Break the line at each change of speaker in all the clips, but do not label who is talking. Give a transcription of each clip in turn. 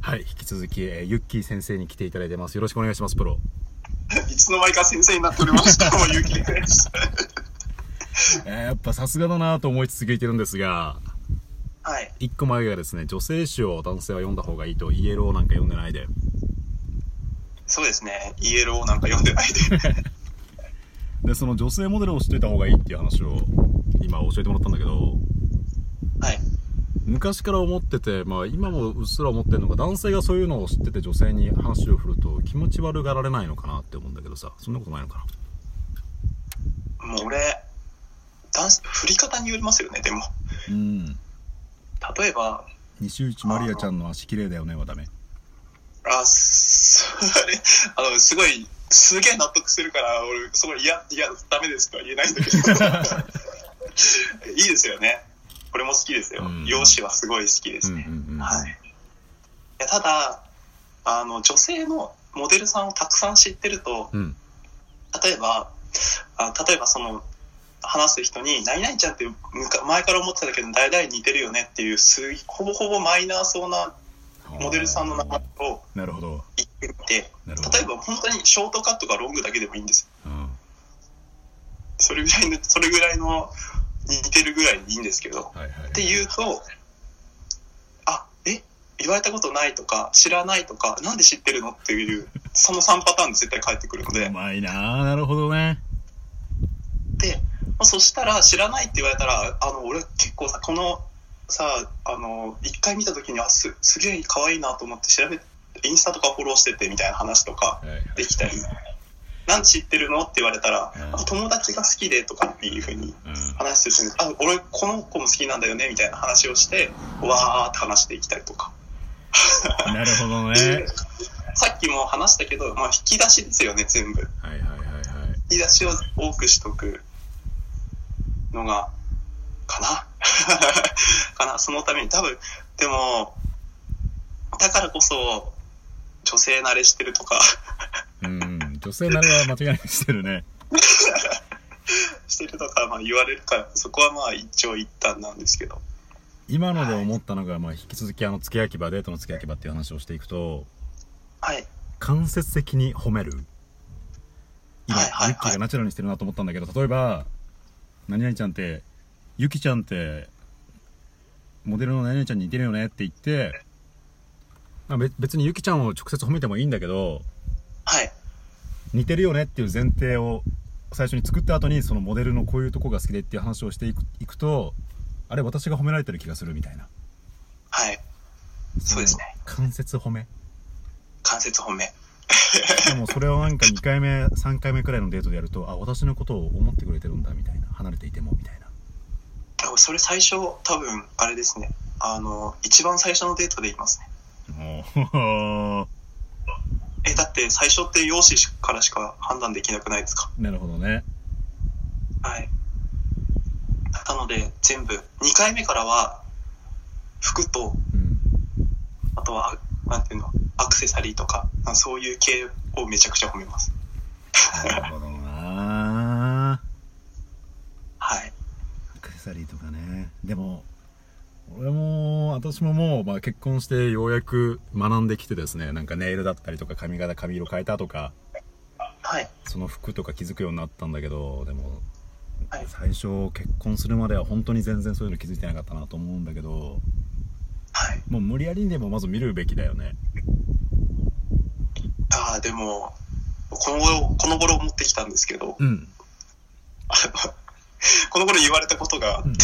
はい、引き続き、えーユッキー先生に来ていただいてます。よろしくお願いします、プロ。
いつの間にか先生になっておりま した。もうゆうきです。
えーやっぱさすがだなと思い続けてるんですが、
はい。
一個前がですね、女性誌を男性は読んだ方がいいと、イエローなんか読んでないで。
そうですね。ELO なんか読んでないで。
で、その女性モデルを知っといた方がいいっていう話を、今教えてもらったんだけど、
はい。
昔から思ってて、まあ今もうっすら思ってるのが、男性がそういうのを知ってて女性に話を振ると気持ち悪がられないのかなって思うんだけどさ、そんなことないのかな
もう俺、ダンス、振り方によりますよね、でも。
うん。
例えば、
西内まりやちゃんの足綺麗だよねはダメ。
あ、それ、あの、すごい、すげえ納得してるから、俺、すごい、いや、いや、ダメですとは言えないんだ けど。いいですよね。これも好きですよ
うん。
容姿はすごい好きですね。
うんうんうん
はい。いやただ、あの、女性のモデルさんをたくさん知ってると、
うん。
例えばあ例えばその話す人に「何々ちゃんってむか前から思ってたけど誰々に似てるよね」っていうすほぼほぼマイナーそうなモデルさんの名前を
なるほど。
言ってみて
なるほど
例えば本当にショートカットかロングだけでもいいんですよ
うん。
それぐらいのそれぐらいの似てるぐらいでいいんですけど
はいはい。
って言うと「あえ言われたことない」とか「知らない」とか「なんで知ってるの?」っていうその3パターンで絶対返ってくるので
う。まいなあなるほどね。
で、まあ、そしたら知らないって言われたらあの俺結構さこのさあの一回見た時にあすすげえ可愛いなと思って調べインスタとかフォローしててみたいな話とか
はいはい。
できたり「なんで知ってるの?」って言われたら
うん
あ「友達が好きで」とかっていうふうに
う
話してるうちにあ俺この子も好きなんだよね」みたいな話をしてわーって話していきたりとか。
ん。なるほどね
で。さっきも話したけど、まあ、引き出しですよね全部。
はいはいはいはい。
引き出しを多くしとくのが、かな かなそのために多分、でも、だからこそ、女性慣れしてるとか
うん。女性なれは間違いなくしてるね。
してるとか、まあ言われるから、そこはまあ一長一短なんですけど。
今ので思ったのが、まあ、引き続きあの付け焼き場デートの付け焼き場っていう話をしていくと
はい。
間接的に褒める今、
はいはいはい
ユッキーがナチュラルにしてるなと思ったんだけど例えば「何々ちゃんってユキちゃんってモデルの何々ちゃんに似てるよね」って言って、まあ、べ別にユキちゃんを直接褒めてもいいんだけど
はい。
似てるよねっていう前提を最初に作った後にそのモデルのこういうとこが好きでっていう話をしていくいくとあれ私が褒められてる気がするみたいな
はい。そうですね
その間接褒め
関節褒め。
でもそれをなんか2回目3回目くらいのデートでやるとあ私のことを思ってくれてるんだみたいな離れていてもみたいな
多分それ最初、多分、あれですね。あの、一番最初のデートで言いますね。
お
え、だって最初って容姿からしか判断できなくないですか
なるほどね
はい。なので、全部、2回目からは、服と、
うん
あとは、あなんていうの、アクセサリーとか、あそういう系をめちゃくちゃ褒めます。
なるほどな
はい。
アクセサリーとかねでも俺も私ももう、まあ、結婚してようやく学んできてですねなんかネイルだったりとか髪型髪色変えたとか
はい。
その服とか気づくようになったんだけどでも
はい。
最初結婚するまでは本当に全然そういうの気づいてなかったなと思うんだけど
はい。
もう無理やりにでもまず見るべきだよね
ああ、でも、この頃、この頃思ってきたんですけど、
うん
あのこの頃言われたことがあって、
うん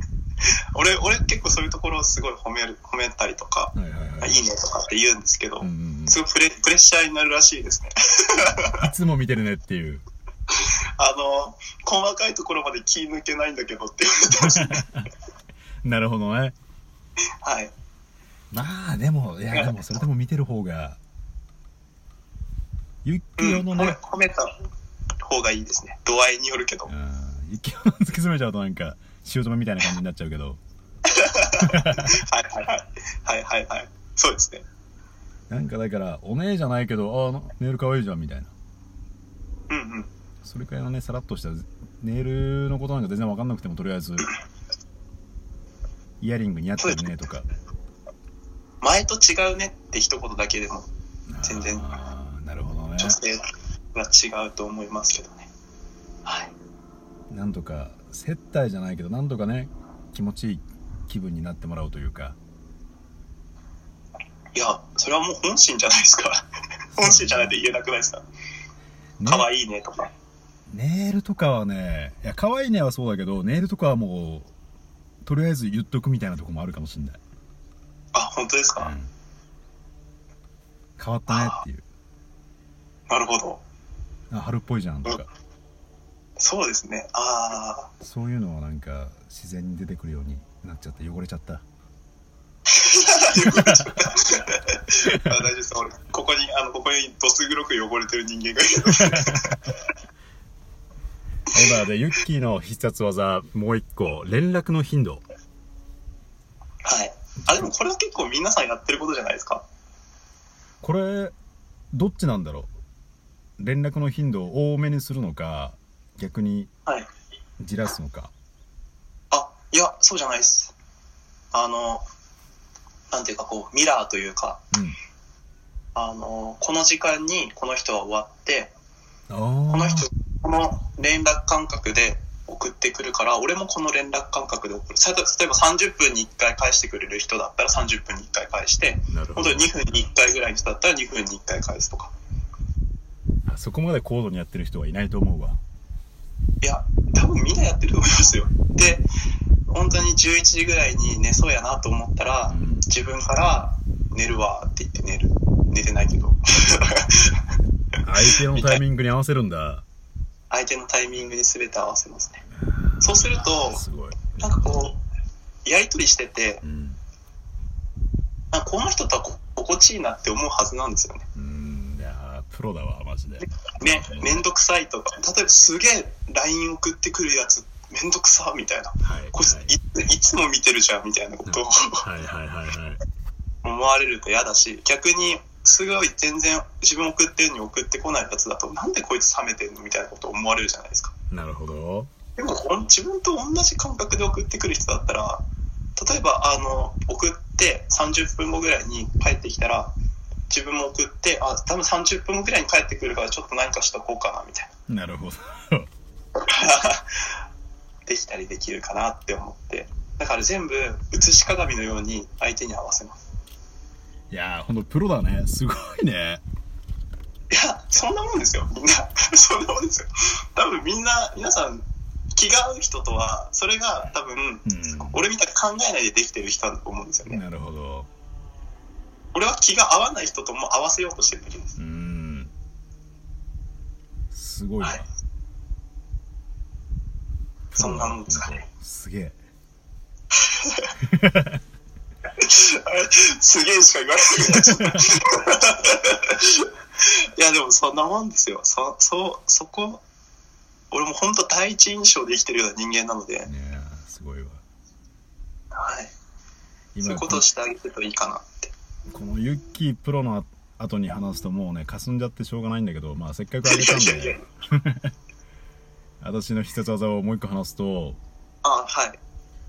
俺、俺結構そういうところをすごい褒める、褒めたりと
は
か、
いはい
あ
はい
い
い
ねとかって言うんですけど、
うんうんうん、い
すごいプレプレッシャーになるらしいですね。
つも見てるねっていう
あの、細かいところまで気抜けないんだけどって言われ てました。
なるほどね
はい。
まあでもいやでもそれでも見てる方がユッキ
うん、
ヨの
褒め
ね、
褒めた方がいいですね。度合いによるけど
う。ん、ユッキヨの突き詰めちゃうとなんか汐留みたいな感じになっちゃうけど
はいはいはい。はいはいはい。そうですね。
なんかだからお姉じゃないけどあネイル可愛いじゃんみたいな
うんうん。
それくらいのねさらっとしたネイルのことなんか全然わかんなくてもとりあえずイヤリング似合ってるねとか
前と違うねって一言だけでも全然
あーなるほどね
女性は違うと思いますけどね。はい。
なんとか接待じゃないけどなんとかね気持ちいい気分になってもらおうというか
いや、それはもう本心じゃな いですか。本心じゃないと言えなくないですか。
ね
可愛いねとか。
ネイルとかはねいや可愛いねはそうだけどネイルとかはもうとりあえず言っとくみたいなとこもあるかもしんない、
あ、本当ですか、
うん変わったねっていう
なるほど。
あ春っぽいじゃんとか
そうですね。あ
そういうのはなんか自然に出てくるようになっちゃって汚れちゃった
ーあ、大丈夫です。俺、ここに、あの、ここにどす黒く汚れてる人間がいる。
そうだでユッキーの必殺技もう一個連絡の頻度
はい。あ、でもこれは結構皆さんやってることじゃないですか。
これどっちなんだろう連絡の頻度を多めにするのか逆に
はい。
じらすのか
あ、いや、そうじゃないです。あの、なんていうかこう、ミラーというか、
うん
あの、この時間にこの人は終わって、
ああ
この人、この連絡感覚で送ってくるから、俺もこの連絡感覚で送る。さと例えば30分に1回返してくれる人だったら30分に1回返して、
なるほど
本当に2分に1回ぐらいの人だったら2分に1回返すとか。
あそこまで高度にやってる人はいないと思うわ
いや、多分みんなやってると思いますよ。で、本当に11時ぐらいに寝そうやなと思ったら、
うん
自分から寝るわって言って寝る。寝てないけど。
相手のタイミングに合わせるんだ
相手のタイミングに全て合わせますね。そうすると、
すごい
なんかこう、やりとりしてて、
うん
なんかこの人とはこ心地いいなって思うはずなんですよね。
うんいやープロだわマジで
め、めんどくさいとか、例えばすげえ LINE 送ってくるやつ、めんどくさ、みたいな。
はい
こいついついつも見てるじゃん、みたいなことを
はいはいはいはい
思われると嫌だし、逆に、すごい全然自分送ってるのに送ってこないやつだと、なんでこいつ冷めてんのみたいなこと思われるじゃないですか。
なるほど
でも、おん自分と同じ感覚で送ってくる人だったら、例えば、あの、送って30分後ぐらいに帰ってきたら、自分も送って、あ、多分30分後ぐらいに帰ってくるから、ちょっと何かしとこうかな、みたい
なるほど
な。 できたりできるかなって思って。だから全部、写し鏡のように相手に合わせます。
いやーほんとプロだねすごいね
いや、そんなもんですよ、 みんな。そんなもんですよ。多分みんな、皆さん、気が合う人とは、それが多分、
う
俺みたいに考えないでできてる人だと思うんですよね
ん。なるほど
俺は気が合わない人とも合わせようとしてるだけです
う。んすごいわ
はいそんなもんですかね。
すげえ
あれ すげえしか言われなくなっちゃった。 いや、でもそんなもんですよ。そ、そう、そこ、俺も本当第一印象で生きてるような人間なので、
ねえすごいわ
はい。そうい
今
う
こ
ことをしてあげるといいかなって。
このユッキープロの後に話すともうね霞んじゃってしょうがないんだけどまあせっかくあげたん
いやいやい
で
や
私の必殺技をもう一個話すと
あ、はい。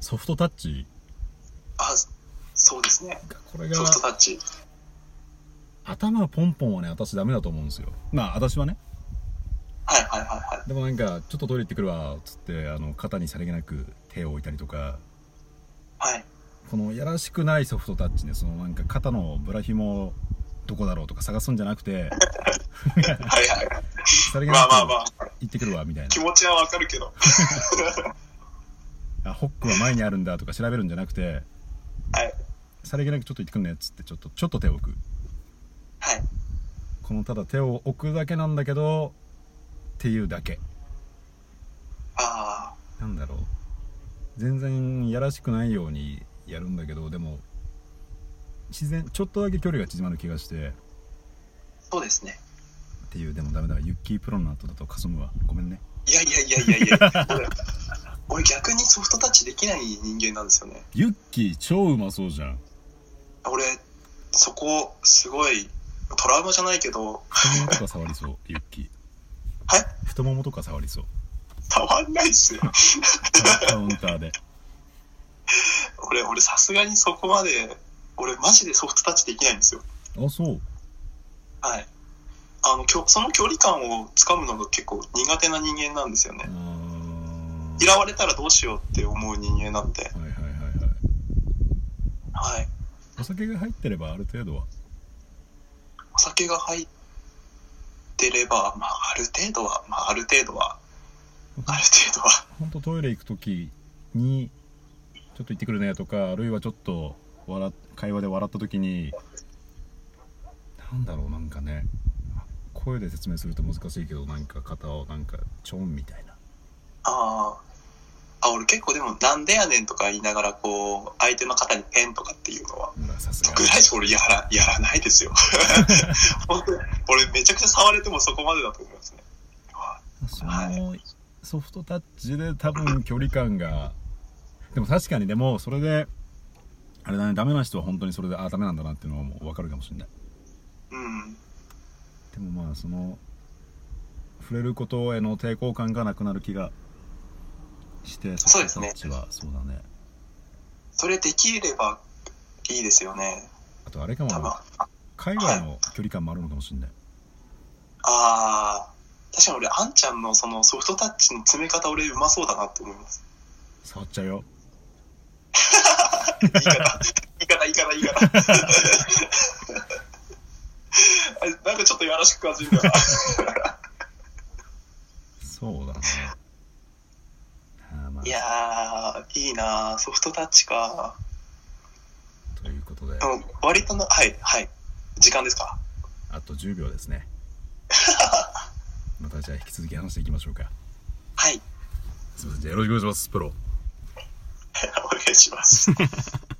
ソフトタッチ
あ、そうですね。
がこれが
ソフトタッチ。
頭ポンポンはね私ダメだと思うんですよまあ私はね
はいはいはいはい。
でもなんかちょっとトイレ行ってくるわっつってあの肩にさりげなく手を置いたりとか
はい。
このやらしくないソフトタッチねそのなんか肩のブラひもどこだろうとか探すんじゃなく て
はいはいはい。
さりげ
ま
な
あ
く
まあまあ、
行ってくるわみたい
気持ちはわかるけど。
なあホックは前にあるんだとか調べるんじゃなくて
はい。
さりげなくちょっと行ってくんねっつってちょっとちょっと手を置く
はい。
このただ手を置くだけなんだけどっていうだけ
あ
なんだろう全然やらしくないようにやるんだけどでも自然ちょっとだけ距離が縮まる気がして
あ、そうですね。
っていうでもダメだユッキープロの後だとかすむわごめんね
いやいやいやいやいや俺俺逆にソフトタッチできない人間なんですよね
ユッキー超うまそうじゃん
俺そこすごいトラウマじゃないけど
太ももとか触りそうユッキー
はい
太ももとか触りそう
触んないっすよ
カウンターで
俺俺さすがにそこまで俺マジでソフトタッチできないんですよ。
あそう
はい。あの、きょその距離感をつかむのが結構苦手な人間なんですよ
あ
ね。
ー
嫌われたらどうしようって思う人間なんで。
はいはいはいはい
はい。
お酒が入ってればある程度は
お酒が入ってれば、まあ、ある程度は、まあ、ある程度は、ある程度は、
本当トイレ行く時にちょっと行ってくるねとかあるいはちょっと笑っ会話で笑った時になんだろうなんかね声で説明すると難しいけどなんか肩をなんかちょんみたいな
ああ、あ、俺結構でも、なんでやねんとか言いながら、こう、相手の肩にペンとかっていうの
ほ
は、
らさすが
ぐらいしか俺やら、やらない ですよ。本当に俺めちゃくちゃ触れてもそこまでだと思いますね。
そのソフトタッチで多分距離感がでも確かにでもそれであれだねダメな人は本当にそれであダメなんだなっていうのはもう分かるかもしれない
うん。
でもまあその触れることへの抵抗感がなくなる気がして
そうですね
ソフトタッチはそうだね
それできればいいですよね。
あとあれかも
多分。
海外の距離感もあるのかもしれない
ああ、確かに俺、あんちゃんのそのソフトタッチの詰め方、俺、うまそうだなって思います。
触っちゃうよ
言い方、言い方、言い方、言い方。 あなんかちょっとやらしく感じるな。
そうだねあーまあ
いやー、いいなーソフトタッチか。
ということで
でも割とな、はい、はい。時間ですか
あと10秒ですねまたじゃあ引き続き話していきましょうか
はい、
すみません、じゃあよろしくお願いします、プロ。
お願いします。